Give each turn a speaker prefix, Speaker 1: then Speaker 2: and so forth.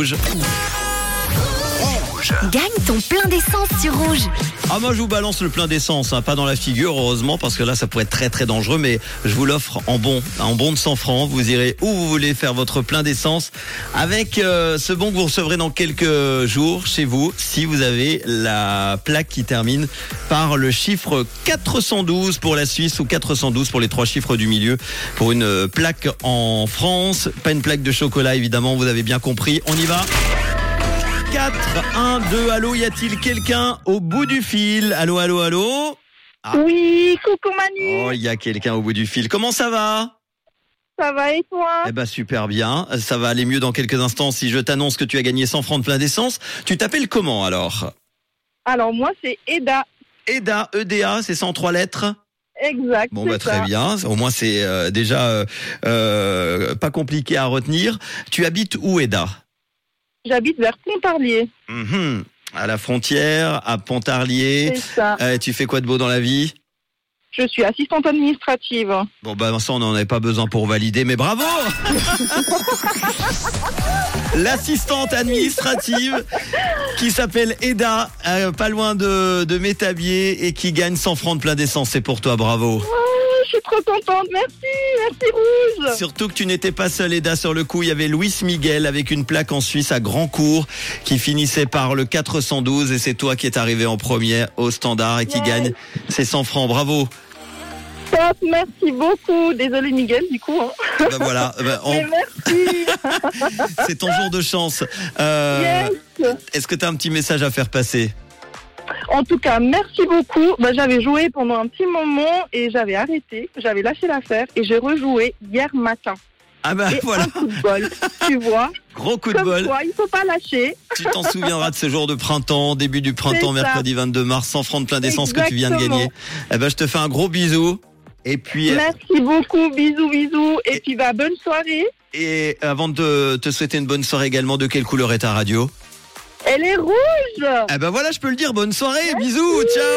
Speaker 1: Rouge.
Speaker 2: Gagne ton plein d'essence sur rouge.
Speaker 1: Ah moi je vous balance le plein d'essence, hein, pas dans la figure heureusement parce que là ça pourrait être très très dangereux mais je vous l'offre en bon, en bon de 100 francs, vous irez où vous voulez faire votre plein d'essence avec euh, ce bon que vous recevrez dans quelques jours chez vous si vous avez la plaque qui termine par le chiffre 412 pour la Suisse ou 412 pour les trois chiffres du milieu pour une euh, plaque en France, pas une plaque de chocolat évidemment, vous avez bien compris, on y va 4, 1, 2, allô, y a-t-il quelqu'un au bout du fil Allô, allô, allô
Speaker 3: Oui, coucou Manu,
Speaker 1: Ah. Oh, il y a quelqu'un au bout du fil. Comment ça va
Speaker 3: ça va et toi
Speaker 1: Eh ben super bien, ça va aller mieux dans quelques instants si je t'annonce que tu as gagné 100 francs de plein d'essence. Tu t'appelles comment alors
Speaker 3: Alors moi c'est Eda,
Speaker 1: EDA, EDA, c'est 103 lettres
Speaker 3: exact.
Speaker 1: Bon
Speaker 3: c'est
Speaker 1: bah très
Speaker 3: ça.
Speaker 1: bien, au moins c'est euh, déjà euh, euh, pas compliqué à retenir. Tu habites où EDA
Speaker 3: J'habite vers Pontarlier, Mm-hmm.
Speaker 1: Mhm. À la frontière, à Pontarlier.
Speaker 3: c'est ça.
Speaker 1: Euh, tu fais quoi de beau dans la vie
Speaker 3: Je suis assistante administrative. Oh,
Speaker 1: Bon bah ça on n'en avait pas besoin pour valider, mais bravo L'assistante administrative qui s'appelle Eda, euh, pas loin de, de Métabier et qui gagne 100 francs de plein d'essence, c'est pour toi, bravo
Speaker 3: Oh, je suis trop contente, merci, merci Rouge.
Speaker 1: Surtout que tu n'étais pas seule Eda sur le coup, il y avait Luis Miguel avec une plaque en Suisse à Grandcourt qui finissait par le 412 et c'est toi qui es arrivé en premier au standard et qui
Speaker 3: Yes.
Speaker 1: gagne ses 100 francs, bravo
Speaker 3: Top, merci beaucoup. Désolée Miguel du coup. hein.
Speaker 1: Bah voilà, bah, on-
Speaker 3: Mais merci.
Speaker 1: c'est ton jour de chance Euh,
Speaker 3: yes.
Speaker 1: Est-ce que tu as un petit message à faire passer
Speaker 3: En tout cas, merci beaucoup. Bah, j'avais joué pendant un petit moment et j'avais arrêté, j'avais lâché l'affaire et j'ai rejoué hier matin.
Speaker 1: Ah bah
Speaker 3: Et
Speaker 1: voilà,
Speaker 3: un coup de bol, tu vois.
Speaker 1: gros coup de
Speaker 3: Comme
Speaker 1: bol.
Speaker 3: quoi, il faut pas lâcher.
Speaker 1: Tu t'en souviendras de ce jour de printemps, début du printemps,
Speaker 3: ça.
Speaker 1: mercredi 22 mars, 100 francs de plein d'essence que tu viens de gagner. Eh ben je te fais un gros bisou. Et puis,
Speaker 3: Merci beaucoup, bisous, bisous. Et puis, bah, bonne soirée.
Speaker 1: et avant de te souhaiter une bonne soirée également, de quelle couleur est ta radio
Speaker 3: Elle est rouge
Speaker 1: Eh ben voilà, je peux le dire, bonne soirée, bisous, ciao